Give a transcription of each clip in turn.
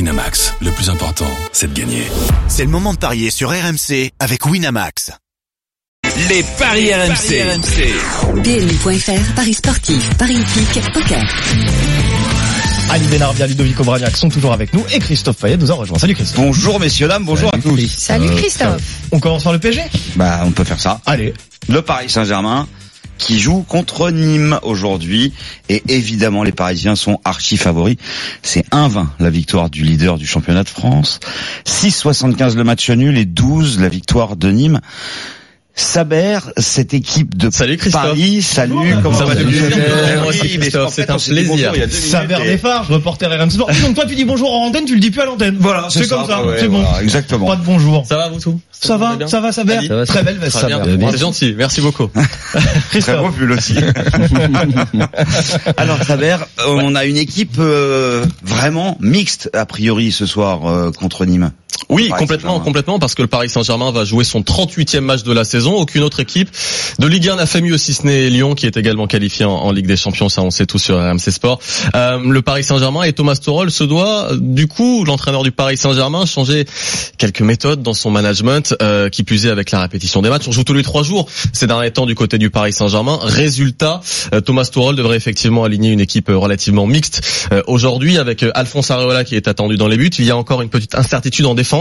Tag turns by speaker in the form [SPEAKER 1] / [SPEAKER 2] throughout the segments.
[SPEAKER 1] Winamax, le plus important, c'est de gagner.
[SPEAKER 2] C'est le moment de parier sur RMC avec Winamax.
[SPEAKER 3] Les paris RMC.
[SPEAKER 4] PMU.fr, Paris sportif, Paris hippique, poker.
[SPEAKER 5] Annie Bénard, bien Ludovic Obraniak sont toujours avec nous et Christophe Payet nous a rejoint. Salut Christophe.
[SPEAKER 6] Bonjour messieurs dames, bonjour à tous.
[SPEAKER 7] Salut Christophe.
[SPEAKER 5] On commence par le PSG
[SPEAKER 6] Bah on peut faire ça.
[SPEAKER 5] Allez.
[SPEAKER 6] Le Paris Saint-Germain qui joue contre Nîmes aujourd'hui et évidemment les Parisiens sont archi favoris. C'est 1-20 la victoire du leader du championnat de France, 6-75 le match nul et 12 la victoire de Nîmes. Saber, cette équipe de
[SPEAKER 8] Salut Christophe.
[SPEAKER 6] Paris, salut, comment
[SPEAKER 8] Ça va,
[SPEAKER 6] vas-tu
[SPEAKER 8] Salut.
[SPEAKER 6] Oui,
[SPEAKER 8] Salut,
[SPEAKER 6] mais
[SPEAKER 8] Christophe,
[SPEAKER 6] en fait,
[SPEAKER 8] c'est un
[SPEAKER 6] on s'est dit bonjour
[SPEAKER 8] plaisir.
[SPEAKER 6] il y a deux
[SPEAKER 5] Savère
[SPEAKER 6] minutes et-
[SPEAKER 5] Defarge, reporter RMC Sport. Donc toi tu dis bonjour en antenne, tu le dis plus à l'antenne.
[SPEAKER 6] Voilà,
[SPEAKER 5] c'est comme ça,
[SPEAKER 6] ouais,
[SPEAKER 5] c'est bon.
[SPEAKER 6] voilà, exactement.
[SPEAKER 5] Pas de bonjour.
[SPEAKER 8] Ça va vous tout
[SPEAKER 5] Ça va, ça va Saber
[SPEAKER 8] Ça va, ça
[SPEAKER 5] Très
[SPEAKER 8] va.
[SPEAKER 5] belle veste
[SPEAKER 8] Très bien.
[SPEAKER 5] Saber.
[SPEAKER 8] C'est gentil, merci beaucoup.
[SPEAKER 6] Très beau
[SPEAKER 5] Christophe.
[SPEAKER 6] pull aussi. Alors Saber, euh, on a une équipe euh, vraiment mixte a priori ce soir euh, contre Nîmes.
[SPEAKER 8] Oui,
[SPEAKER 6] Paris
[SPEAKER 8] complètement,
[SPEAKER 6] Saint-Germain.
[SPEAKER 8] complètement, parce que le Paris Saint-Germain va jouer son 38e match de la saison. Aucune autre équipe de Ligue 1 n'a fait mieux, si ce n'est Lyon, qui est également qualifié en, en Ligue des Champions. Ça, on sait tout sur RMC Sport. Euh, le Paris Saint-Germain et Thomas Tuchel se doit, euh, du coup, l'entraîneur du Paris Saint-Germain, changer quelques méthodes dans son management, euh, qui plus est avec la répétition des matchs. On joue tous les trois jours ces derniers temps du côté du Paris Saint-Germain. Résultat, euh, Thomas Tuchel devrait effectivement aligner une équipe euh, relativement mixte euh, aujourd'hui avec euh, Alphonse Areola qui est attendu dans les buts. Il y a encore une petite incertitude en défense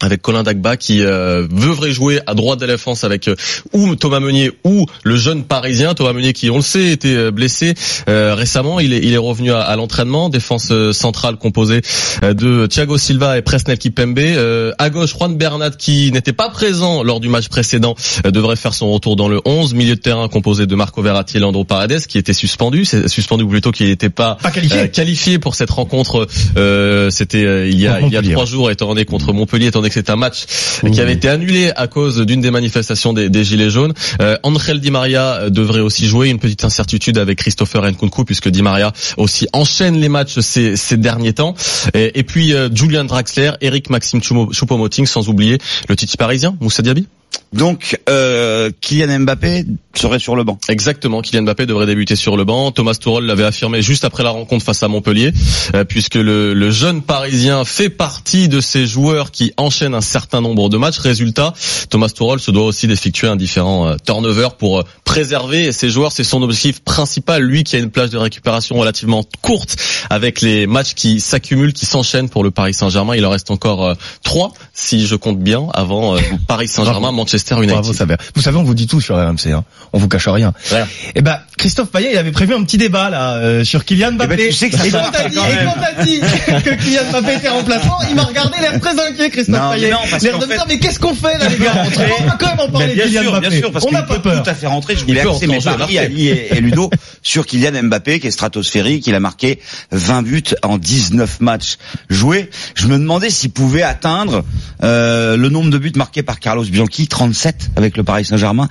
[SPEAKER 8] avec Colin Dagba qui euh, devrait jouer à droite de la défense avec euh, ou Thomas Meunier ou le jeune Parisien Thomas Meunier qui on le sait était euh, blessé euh, récemment il est, il est revenu à, à l'entraînement défense euh, centrale composée euh, de Thiago Silva et Presnel Kipembe Euh, à gauche Juan Bernat qui n'était pas présent lors du match précédent euh, devrait faire son retour dans le 11 milieu de terrain composé de Marco Verratti et Leandro Paredes qui était suspendu c'est suspendu ou plutôt qui n'était pas
[SPEAKER 5] Pas qualifié.
[SPEAKER 8] euh, qualifié pour cette rencontre euh, c'était euh, il y a,
[SPEAKER 5] Contre
[SPEAKER 8] il y a
[SPEAKER 5] Montpellier,
[SPEAKER 8] trois jours étant donné contre Montpellier étant donné que c'est un match euh, qui avait été annulé à cause d'une des manifestations des, des gilets jaunes euh, Angel Di Maria euh, devrait aussi jouer une petite incertitude avec Christopher Nkunku puisque Di Maria aussi enchaîne les matchs ces, ces derniers temps et, et puis euh, Julian Draxler Eric Maxime Choumo- Choupo-Moting sans oublier le titre parisien Moussa Diaby
[SPEAKER 6] Donc euh, Kylian Mbappé serait sur le banc.
[SPEAKER 8] Exactement, Kylian Mbappé devrait débuter sur le banc. Thomas Tuchel l'avait affirmé juste après la rencontre face à Montpellier, euh, puisque le, le jeune Parisien fait partie de ces joueurs qui enchaînent un certain nombre de matchs. Résultat, Thomas Tuchel se doit aussi d'effectuer un différent euh, turnover pour euh, préserver ses joueurs. C'est son objectif principal, lui qui a une plage de récupération relativement courte avec les matchs qui s'accumulent, qui s'enchaînent pour le Paris Saint-Germain. Il en reste encore euh, trois, si je compte bien, avant euh, Paris Saint-Germain,
[SPEAKER 5] Bravo.
[SPEAKER 8] Manchester
[SPEAKER 5] Bravo
[SPEAKER 8] United.
[SPEAKER 5] Saber. Vous savez on vous dit tout sur RMC hein. On vous cache rien.
[SPEAKER 8] Ouais.
[SPEAKER 5] Et ben Christophe Payet il avait prévu un petit débat là euh, sur Kylian Mbappé.
[SPEAKER 6] Eh ben, tu sais que ça
[SPEAKER 5] et quand
[SPEAKER 6] sera
[SPEAKER 5] t'as dit,
[SPEAKER 6] quand
[SPEAKER 5] et
[SPEAKER 6] même.
[SPEAKER 5] quand t'as dit que Kylian Mbappé était remplaçant, il m'a regardé l'air très inquiet Christophe
[SPEAKER 6] Non, mais
[SPEAKER 5] Payet.
[SPEAKER 6] non, parce
[SPEAKER 5] L'air
[SPEAKER 6] qu'en
[SPEAKER 5] de me
[SPEAKER 6] fait-
[SPEAKER 5] dire mais qu'est-ce qu'on fait là les gars On va quand même en
[SPEAKER 6] Mais
[SPEAKER 5] parler de Kylian Mbappé. on
[SPEAKER 6] qu'il
[SPEAKER 5] n'a pas
[SPEAKER 6] peut
[SPEAKER 5] peur.
[SPEAKER 6] tout à fait rentrer. Je
[SPEAKER 8] Il
[SPEAKER 6] voulais
[SPEAKER 8] peut
[SPEAKER 6] axer mes
[SPEAKER 8] encore jouer,
[SPEAKER 6] paris,
[SPEAKER 8] marquer.
[SPEAKER 6] Ali et, et Ludo, sur Kylian Mbappé, qui est stratosphérique. Il a marqué 20 buts en 19 matchs joués. Je me demandais s'il pouvait atteindre euh, le nombre de buts marqués par Carlos Bianchi, 37 avec le Paris Saint-Germain,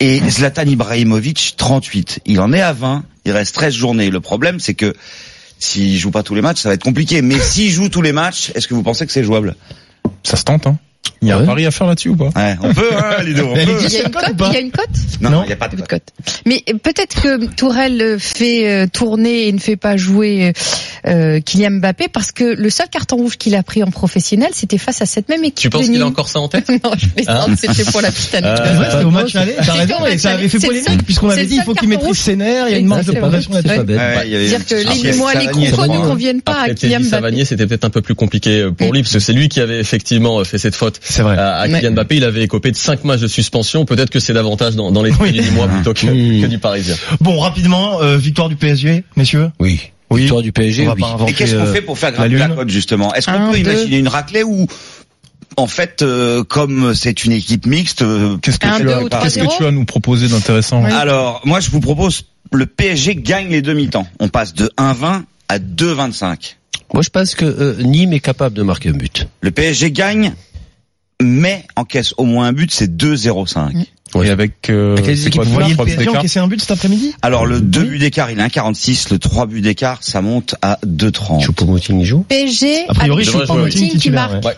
[SPEAKER 6] et Zlatan Ibrahimovic, 38. Il en est à 20. Il reste 13 journées. Le problème, c'est que s'il joue pas tous les matchs, ça va être compliqué. Mais s'il joue tous les matchs, est-ce que vous pensez que c'est jouable
[SPEAKER 9] Ça se tente, hein. Il y a
[SPEAKER 5] Ouais.
[SPEAKER 9] un pari à faire là-dessus ou pas
[SPEAKER 6] Ouais, on peut, hein, Ludo. on
[SPEAKER 5] Mais elle
[SPEAKER 6] peut.
[SPEAKER 5] existe,
[SPEAKER 7] Il y
[SPEAKER 5] c'est
[SPEAKER 7] a une
[SPEAKER 5] une cote
[SPEAKER 7] cote
[SPEAKER 5] ou pas
[SPEAKER 7] Il y a une cote
[SPEAKER 5] Non.
[SPEAKER 6] Non, il n'y a pas de
[SPEAKER 7] Beaucoup de cotes. Mais euh, peut-être que Tourelle euh, fait euh, tourner et ne fait pas jouer euh, Kylian Mbappé parce que le seul carton rouge qu'il a pris en professionnel, c'était face à cette même équipe.
[SPEAKER 8] Tu penses
[SPEAKER 7] de
[SPEAKER 8] qu'il a
[SPEAKER 7] Nîmes.
[SPEAKER 8] encore Hein Euh, ça en tête
[SPEAKER 7] Non, je plaisante, c'était pour la petite anecdote.
[SPEAKER 5] C'est vrai, c'était au
[SPEAKER 8] Pas
[SPEAKER 5] match aller, t'as
[SPEAKER 7] C'était au
[SPEAKER 5] raison, et
[SPEAKER 7] match
[SPEAKER 5] ça
[SPEAKER 7] aller.
[SPEAKER 5] avait fait
[SPEAKER 7] C'est le
[SPEAKER 5] polémique,
[SPEAKER 7] seul-
[SPEAKER 5] puisqu'on
[SPEAKER 7] c'est
[SPEAKER 5] avait
[SPEAKER 7] le
[SPEAKER 5] dit, il
[SPEAKER 7] seul
[SPEAKER 5] faut qu'il
[SPEAKER 7] carton
[SPEAKER 5] maîtrise
[SPEAKER 7] rouge.
[SPEAKER 5] ses nerfs, il y a une marge de
[SPEAKER 7] Exactement.
[SPEAKER 5] progression
[SPEAKER 7] C'est
[SPEAKER 5] là-dessus.
[SPEAKER 7] pas
[SPEAKER 6] Ouais, il y avait-
[SPEAKER 7] C'est-à-dire que
[SPEAKER 6] Ah,
[SPEAKER 7] les
[SPEAKER 6] c'est
[SPEAKER 7] Limois, les
[SPEAKER 6] Savani,
[SPEAKER 7] Crocs
[SPEAKER 6] évidemment,
[SPEAKER 7] ne
[SPEAKER 6] hein.
[SPEAKER 7] conviennent pas à
[SPEAKER 8] Après,
[SPEAKER 7] Kylian
[SPEAKER 8] Teddy
[SPEAKER 7] Mbappé. Mm.
[SPEAKER 8] Savanier, c'était peut-être un peu plus compliqué euh, pour lui, parce que c'est lui qui avait effectivement euh, fait cette faute
[SPEAKER 5] C'est vrai.
[SPEAKER 8] à, à
[SPEAKER 7] Ouais.
[SPEAKER 8] Kylian Mbappé. Il avait écopé de 5 matchs de suspension. Peut-être que c'est davantage dans, dans les
[SPEAKER 5] Oui.
[SPEAKER 8] du Limois plutôt que,
[SPEAKER 10] Mm.
[SPEAKER 9] Mmh.
[SPEAKER 8] que du Parisien.
[SPEAKER 5] Bon, rapidement, euh, victoire du PSG, messieurs.
[SPEAKER 9] Oui.
[SPEAKER 5] Oui.
[SPEAKER 9] Victoire du
[SPEAKER 5] On
[SPEAKER 9] PSG,
[SPEAKER 5] va
[SPEAKER 9] oui.
[SPEAKER 5] pas inventer.
[SPEAKER 6] Et qu'est-ce qu'on
[SPEAKER 5] euh,
[SPEAKER 6] fait pour faire
[SPEAKER 5] la
[SPEAKER 6] grimper la
[SPEAKER 5] lune.
[SPEAKER 6] cote justement Est-ce qu'on
[SPEAKER 7] Un,
[SPEAKER 6] peut
[SPEAKER 7] deux.
[SPEAKER 6] imaginer une raclée ou en fait euh, comme c'est une équipe mixte euh,
[SPEAKER 9] Qu'est-ce que,
[SPEAKER 7] Un,
[SPEAKER 9] tu
[SPEAKER 7] deux
[SPEAKER 9] as,
[SPEAKER 7] ou trois
[SPEAKER 9] qu'est-ce
[SPEAKER 7] zéro
[SPEAKER 9] que tu as à nous proposer d'intéressant
[SPEAKER 7] Oui.
[SPEAKER 6] Alors moi je vous propose le PSG gagne les demi-temps. On passe de 1,20 à 2,25.
[SPEAKER 10] Moi, je pense que euh, Nîmes est capable de marquer un but.
[SPEAKER 6] Le PSG gagne mais encaisse au moins un but, c'est 2,05.
[SPEAKER 9] Et avec, euh,
[SPEAKER 10] Avec les
[SPEAKER 9] c'est
[SPEAKER 10] équipes,
[SPEAKER 9] quoi,
[SPEAKER 5] Vous
[SPEAKER 10] vous
[SPEAKER 9] trois
[SPEAKER 5] voyez le
[SPEAKER 9] buts
[SPEAKER 5] PSG
[SPEAKER 9] d'écart
[SPEAKER 5] encaisser un but cet après-midi
[SPEAKER 6] Alors le 2 buts d'écart, il est 1,46, le 3 buts d'écart, ça monte à 2,30.
[SPEAKER 10] Choupo-Moting y joue.
[SPEAKER 7] PSG,
[SPEAKER 5] A priori,
[SPEAKER 7] avec
[SPEAKER 8] Choupo-Moting
[SPEAKER 7] Choupo-Moting qui
[SPEAKER 5] titulaire,
[SPEAKER 7] marque.
[SPEAKER 5] ouais.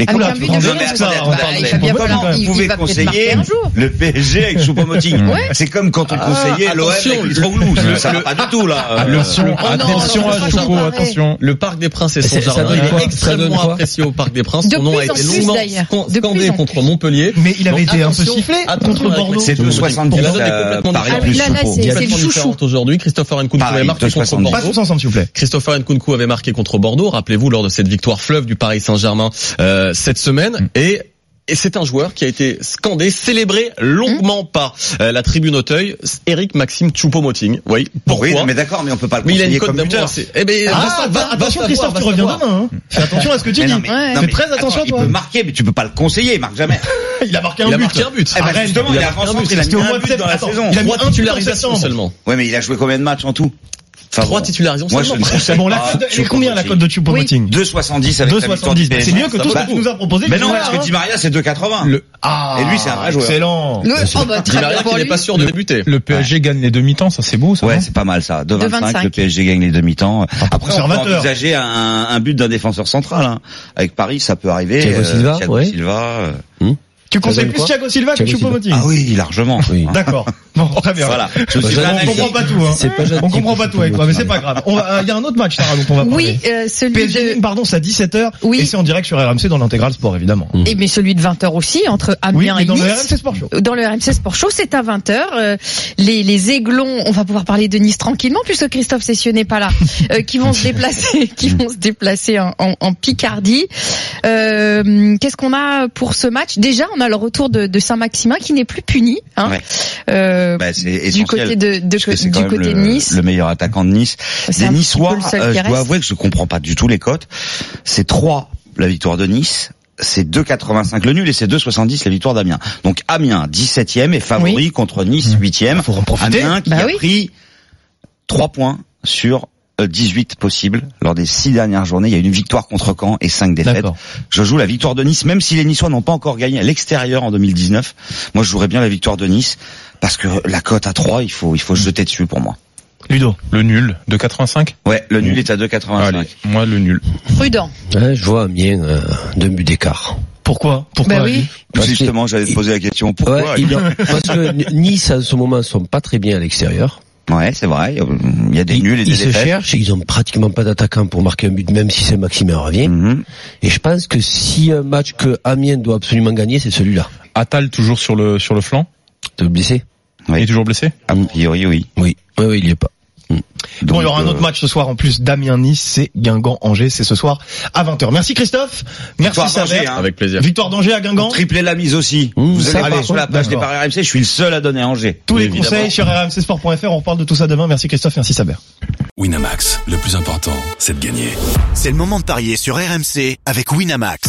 [SPEAKER 6] Mais
[SPEAKER 7] Avec
[SPEAKER 6] comment
[SPEAKER 7] Ah, un
[SPEAKER 6] tu
[SPEAKER 7] but
[SPEAKER 6] prends-
[SPEAKER 7] de
[SPEAKER 6] Non,
[SPEAKER 7] plus,
[SPEAKER 6] mais
[SPEAKER 7] parce
[SPEAKER 6] attendez,
[SPEAKER 7] que-
[SPEAKER 6] attendez,
[SPEAKER 7] bah, il
[SPEAKER 6] attendez.
[SPEAKER 7] va bien
[SPEAKER 6] Vous
[SPEAKER 7] falloir- il- il
[SPEAKER 6] pouvez
[SPEAKER 7] va peut-être
[SPEAKER 6] conseiller
[SPEAKER 7] marquer un jour.
[SPEAKER 6] le PSG avec Choupo-Moting.
[SPEAKER 7] Ouais.
[SPEAKER 6] C'est comme quand on conseillait l'OM
[SPEAKER 8] attention,
[SPEAKER 6] avec
[SPEAKER 8] le-
[SPEAKER 6] Mitroglou.
[SPEAKER 8] le-
[SPEAKER 6] Ça va pas du tout,
[SPEAKER 5] Ah,
[SPEAKER 6] là. Euh,
[SPEAKER 9] Attention,
[SPEAKER 8] Oh non,
[SPEAKER 9] attention
[SPEAKER 7] non,
[SPEAKER 9] à
[SPEAKER 7] non,
[SPEAKER 9] Choupo,
[SPEAKER 7] non,
[SPEAKER 9] attention.
[SPEAKER 8] Le Parc des Princes et
[SPEAKER 10] Ça-
[SPEAKER 8] son
[SPEAKER 10] ça
[SPEAKER 8] jardin
[SPEAKER 10] donne
[SPEAKER 8] il est
[SPEAKER 10] quoi Ça donne
[SPEAKER 8] extrêmement
[SPEAKER 10] quoi
[SPEAKER 8] apprécié au Parc des Princes.
[SPEAKER 7] De
[SPEAKER 8] Son nom a
[SPEAKER 7] plus en
[SPEAKER 8] été
[SPEAKER 7] plus,
[SPEAKER 8] longuement
[SPEAKER 7] d'ailleurs.
[SPEAKER 8] scan-
[SPEAKER 7] De plus
[SPEAKER 8] scandé
[SPEAKER 7] en
[SPEAKER 8] contre
[SPEAKER 7] plus.
[SPEAKER 8] Montpellier.
[SPEAKER 5] Mais il avait
[SPEAKER 8] Donc,
[SPEAKER 5] été un peu
[SPEAKER 8] attention,
[SPEAKER 5] sifflé
[SPEAKER 8] attention
[SPEAKER 5] contre
[SPEAKER 8] avec
[SPEAKER 5] Bordeaux.
[SPEAKER 6] Euh, C'est
[SPEAKER 8] Maxime Moting.
[SPEAKER 6] 2,70
[SPEAKER 8] Et là, c'est
[SPEAKER 6] euh,
[SPEAKER 8] complètement
[SPEAKER 6] Paris
[SPEAKER 8] différent.
[SPEAKER 6] plus
[SPEAKER 7] là, là,
[SPEAKER 6] Choupo.
[SPEAKER 7] c'est-
[SPEAKER 8] Il y a
[SPEAKER 7] le
[SPEAKER 8] tellement de
[SPEAKER 7] chouchou.
[SPEAKER 8] différentes aujourd'hui. Christopher Nkunku
[SPEAKER 6] Pareil,
[SPEAKER 8] avait marqué contre
[SPEAKER 6] 2,70.
[SPEAKER 5] Pas
[SPEAKER 8] Bordeaux.
[SPEAKER 5] tous ensemble, s'il vous plaît.
[SPEAKER 8] Christopher Nkunku avait marqué contre Bordeaux, rappelez-vous, lors de cette victoire fleuve du Paris Saint-Germain euh, cette semaine. Et, et c'est un joueur qui a été scandé, célébré longuement par euh, la tribune Auteuil, Eric Maxime Choupo-Moting. Oui, pourquoi
[SPEAKER 6] Oui, mais d'accord, mais on peut pas le
[SPEAKER 8] Oui, il a une
[SPEAKER 6] conseiller
[SPEAKER 8] cote
[SPEAKER 6] comme
[SPEAKER 8] d'amour.
[SPEAKER 6] buteur.
[SPEAKER 8] assez- Eh ben, va
[SPEAKER 5] Ah,
[SPEAKER 8] sa-
[SPEAKER 5] va-
[SPEAKER 8] va- va
[SPEAKER 5] attention
[SPEAKER 8] savoir,
[SPEAKER 5] Christophe,
[SPEAKER 8] va
[SPEAKER 5] tu reviens
[SPEAKER 8] savoir.
[SPEAKER 5] demain. hein. Fais attention à ce que tu
[SPEAKER 6] Mais
[SPEAKER 5] dis.
[SPEAKER 6] non, mais-
[SPEAKER 7] Ouais.
[SPEAKER 6] non,
[SPEAKER 5] Fais
[SPEAKER 6] mais-
[SPEAKER 5] très attention
[SPEAKER 6] attends,
[SPEAKER 5] à
[SPEAKER 6] Il
[SPEAKER 5] toi.
[SPEAKER 6] peut marquer, mais tu peux pas le conseiller, il marque jamais.
[SPEAKER 5] Il a marqué
[SPEAKER 8] Il
[SPEAKER 5] un
[SPEAKER 8] a
[SPEAKER 5] but.
[SPEAKER 8] marqué un but.
[SPEAKER 6] Eh ben,
[SPEAKER 5] Arrête,
[SPEAKER 6] justement,
[SPEAKER 8] il
[SPEAKER 6] il
[SPEAKER 8] a
[SPEAKER 6] est
[SPEAKER 8] marqué un
[SPEAKER 6] avant
[SPEAKER 8] but.
[SPEAKER 6] il a
[SPEAKER 5] Parce
[SPEAKER 6] mis
[SPEAKER 5] qu'au mois
[SPEAKER 6] un
[SPEAKER 5] de
[SPEAKER 6] but dans la
[SPEAKER 5] septembre-
[SPEAKER 6] saison.
[SPEAKER 5] Il a mis
[SPEAKER 8] Trois
[SPEAKER 5] un but en
[SPEAKER 8] titularisations
[SPEAKER 5] septembre.
[SPEAKER 8] seulement.
[SPEAKER 6] Ouais, mais il a joué combien de matchs en tout Enfin,
[SPEAKER 8] Trois
[SPEAKER 6] bon.
[SPEAKER 8] titularisations
[SPEAKER 6] Moi, je
[SPEAKER 8] seulement.
[SPEAKER 6] ne conseille
[SPEAKER 5] Bon, la
[SPEAKER 6] pas
[SPEAKER 5] cote, elle est
[SPEAKER 6] Choupo-Moting.
[SPEAKER 5] combien la cote de Choupo Moting
[SPEAKER 6] 2,70 avec la victoire du
[SPEAKER 5] 2,70.
[SPEAKER 6] PSG.
[SPEAKER 5] C'est mieux que tout ce
[SPEAKER 6] Ça
[SPEAKER 5] que tu nous as proposé.
[SPEAKER 6] Mais non,
[SPEAKER 5] Voilà,
[SPEAKER 6] parce que
[SPEAKER 5] hein.
[SPEAKER 6] Di Maria, c'est 2,80.
[SPEAKER 9] Le-
[SPEAKER 5] Ah,
[SPEAKER 6] Et lui, c'est un vrai joueur.
[SPEAKER 5] Excellent.
[SPEAKER 7] Le- oh, bah,
[SPEAKER 8] Di
[SPEAKER 7] très
[SPEAKER 8] Maria
[SPEAKER 7] bien
[SPEAKER 8] qui
[SPEAKER 7] pour
[SPEAKER 8] n'est
[SPEAKER 7] lui.
[SPEAKER 8] pas sûr de débuter.
[SPEAKER 9] Le PSG gagne les demi-temps, ça c'est beau, ça.
[SPEAKER 6] Ouais,
[SPEAKER 9] non
[SPEAKER 6] c'est pas mal ça. De
[SPEAKER 7] 2,25,
[SPEAKER 6] 25, le PSG gagne les demi-temps. Après, on peut
[SPEAKER 5] Ah, conservateur.
[SPEAKER 6] envisager un, un but d'un défenseur central. hein. Avec Paris, ça peut arriver. euh,
[SPEAKER 10] Thiago Silva,
[SPEAKER 6] Thiago
[SPEAKER 10] ouais.
[SPEAKER 6] Silva, euh.
[SPEAKER 5] Ah Tu conseilles
[SPEAKER 10] donne
[SPEAKER 5] plus
[SPEAKER 10] quoi
[SPEAKER 5] Thiago Silva que
[SPEAKER 10] Thiago
[SPEAKER 5] Choupo Moting.
[SPEAKER 6] Ah oui, largement. Hein.
[SPEAKER 5] D'accord. Bon, très Ah, bien.
[SPEAKER 6] Voilà. Je
[SPEAKER 5] On
[SPEAKER 6] suis pas analyste.
[SPEAKER 5] comprend pas tout. hein.
[SPEAKER 10] C'est pas gentil
[SPEAKER 5] On comprend pas
[SPEAKER 10] pour
[SPEAKER 5] tout avec toi, mais c'est
[SPEAKER 10] Choupo-Moting.
[SPEAKER 5] pas grave. On va- euh, Il y a un autre match, Sarah, dont on va parler.
[SPEAKER 7] Oui, euh, celui
[SPEAKER 5] PSG
[SPEAKER 7] de...
[SPEAKER 5] Lille, pardon, c'est à 17h.
[SPEAKER 7] Oui.
[SPEAKER 5] Et c'est en direct sur RMC dans l'intégral sport, évidemment.
[SPEAKER 7] Et mais celui de 20h aussi, entre
[SPEAKER 5] Oui,
[SPEAKER 7] Amiens
[SPEAKER 5] mais
[SPEAKER 7] et
[SPEAKER 5] dans
[SPEAKER 7] Nice.
[SPEAKER 5] le RMC Sport Show.
[SPEAKER 7] Dans le RMC Sport Show, c'est à 20h. Euh, les, les aiglons, on va pouvoir parler de Nice tranquillement puisque Christophe Sessieux n'est pas là, euh, qui vont se déplacer, qui vont se déplacer en, en- en Picardie. Euh, Qu'est-ce qu'on a pour ce match Déjà, on a le retour de, de Saint-Maximin qui n'est plus puni. Hein,
[SPEAKER 6] Ouais.
[SPEAKER 7] Euh,
[SPEAKER 6] Bah, c'est
[SPEAKER 7] du
[SPEAKER 6] essentiel.
[SPEAKER 7] côté de, de-
[SPEAKER 6] parce que c'est
[SPEAKER 7] du
[SPEAKER 6] quand même
[SPEAKER 7] côté
[SPEAKER 6] le,
[SPEAKER 7] de Nice,
[SPEAKER 6] le meilleur attaquant de Nice.
[SPEAKER 7] c'est
[SPEAKER 6] Les
[SPEAKER 7] un petit
[SPEAKER 6] Niçois,
[SPEAKER 7] peu le seul
[SPEAKER 6] euh,
[SPEAKER 7] qui
[SPEAKER 6] je dois
[SPEAKER 7] reste.
[SPEAKER 6] avouer que je comprends pas du tout les cotes. C'est 3 la victoire de Nice, c'est 2,85 le nul et c'est 2,70 la victoire d'Amiens. Donc Amiens 17e est favori contre Nice 8e.
[SPEAKER 5] Mmh. Faut en profiter.
[SPEAKER 6] Amiens qui
[SPEAKER 7] Bah
[SPEAKER 6] a
[SPEAKER 7] oui.
[SPEAKER 6] pris 3 points sur euh, 18 possibles lors des 6 dernières journées. Il y a eu une victoire contre Caen et 5 défaites.
[SPEAKER 5] D'accord.
[SPEAKER 6] Je joue la victoire de Nice, même si les Niçois n'ont pas encore gagné à l'extérieur en 2019. Moi, je jouerais bien la victoire de Nice parce que la cote à 3, il faut,
[SPEAKER 5] Mmh.
[SPEAKER 6] il faut se jeter dessus pour moi.
[SPEAKER 5] Ludo.
[SPEAKER 9] Le nul de 85.
[SPEAKER 6] Ouais, le
[SPEAKER 5] Mmh.
[SPEAKER 6] nul est à 2,85.
[SPEAKER 9] Allez, moi le nul.
[SPEAKER 7] prudent.
[SPEAKER 10] Ouais, je vois Amiens euh, deux buts d'écart.
[SPEAKER 5] Pourquoi Pourquoi
[SPEAKER 7] Bah oui.
[SPEAKER 10] Parce que-
[SPEAKER 6] Justement, j'allais te poser la question.
[SPEAKER 10] Ouais,
[SPEAKER 6] Pourquoi
[SPEAKER 10] il- parce que Nice à ce moment sont pas très bien à l'extérieur.
[SPEAKER 6] Ouais, c'est vrai. Il y a des
[SPEAKER 10] Ils,
[SPEAKER 6] nuls et
[SPEAKER 10] ils
[SPEAKER 6] des
[SPEAKER 10] se
[SPEAKER 6] défaites.
[SPEAKER 10] cherchent, ils ont pratiquement pas d'attaquants pour marquer un but, même si c'est Maxime revient.
[SPEAKER 6] Mhm.
[SPEAKER 10] Et je pense que si un match que Amiens doit absolument gagner, c'est celui-là.
[SPEAKER 9] Attal toujours sur le sur le flanc.
[SPEAKER 10] De blessé
[SPEAKER 9] Il
[SPEAKER 6] Oui.
[SPEAKER 9] est toujours blessé.
[SPEAKER 6] A priori, oui.
[SPEAKER 10] Oui. Oui, oui, il y est pas.
[SPEAKER 5] Bon,
[SPEAKER 6] Donc,
[SPEAKER 5] il y aura un
[SPEAKER 6] euh,
[SPEAKER 5] autre match ce soir en plus d'Amiens-Nice, c'est Guingamp-Angers, c'est ce soir à 20h. Merci Christophe, merci
[SPEAKER 6] Victoire d'Angers,
[SPEAKER 5] Saber.
[SPEAKER 6] hein.
[SPEAKER 8] Avec plaisir.
[SPEAKER 5] Victoire d'Angers à Guingamp.
[SPEAKER 6] Tripler la mise aussi.
[SPEAKER 10] Mmh,
[SPEAKER 6] Vous
[SPEAKER 10] ça
[SPEAKER 6] allez
[SPEAKER 5] va,
[SPEAKER 6] voir sur la page des
[SPEAKER 5] d'accord.
[SPEAKER 6] paris RMC, je suis le seul à donner à Angers.
[SPEAKER 5] Tous les
[SPEAKER 6] Évidemment.
[SPEAKER 5] conseils sur rmcsport.fr, on reparle de tout ça demain. Merci Christophe, merci Saber.
[SPEAKER 1] Winamax, le plus important, c'est de gagner.
[SPEAKER 2] C'est le moment de parier sur RMC avec Winamax.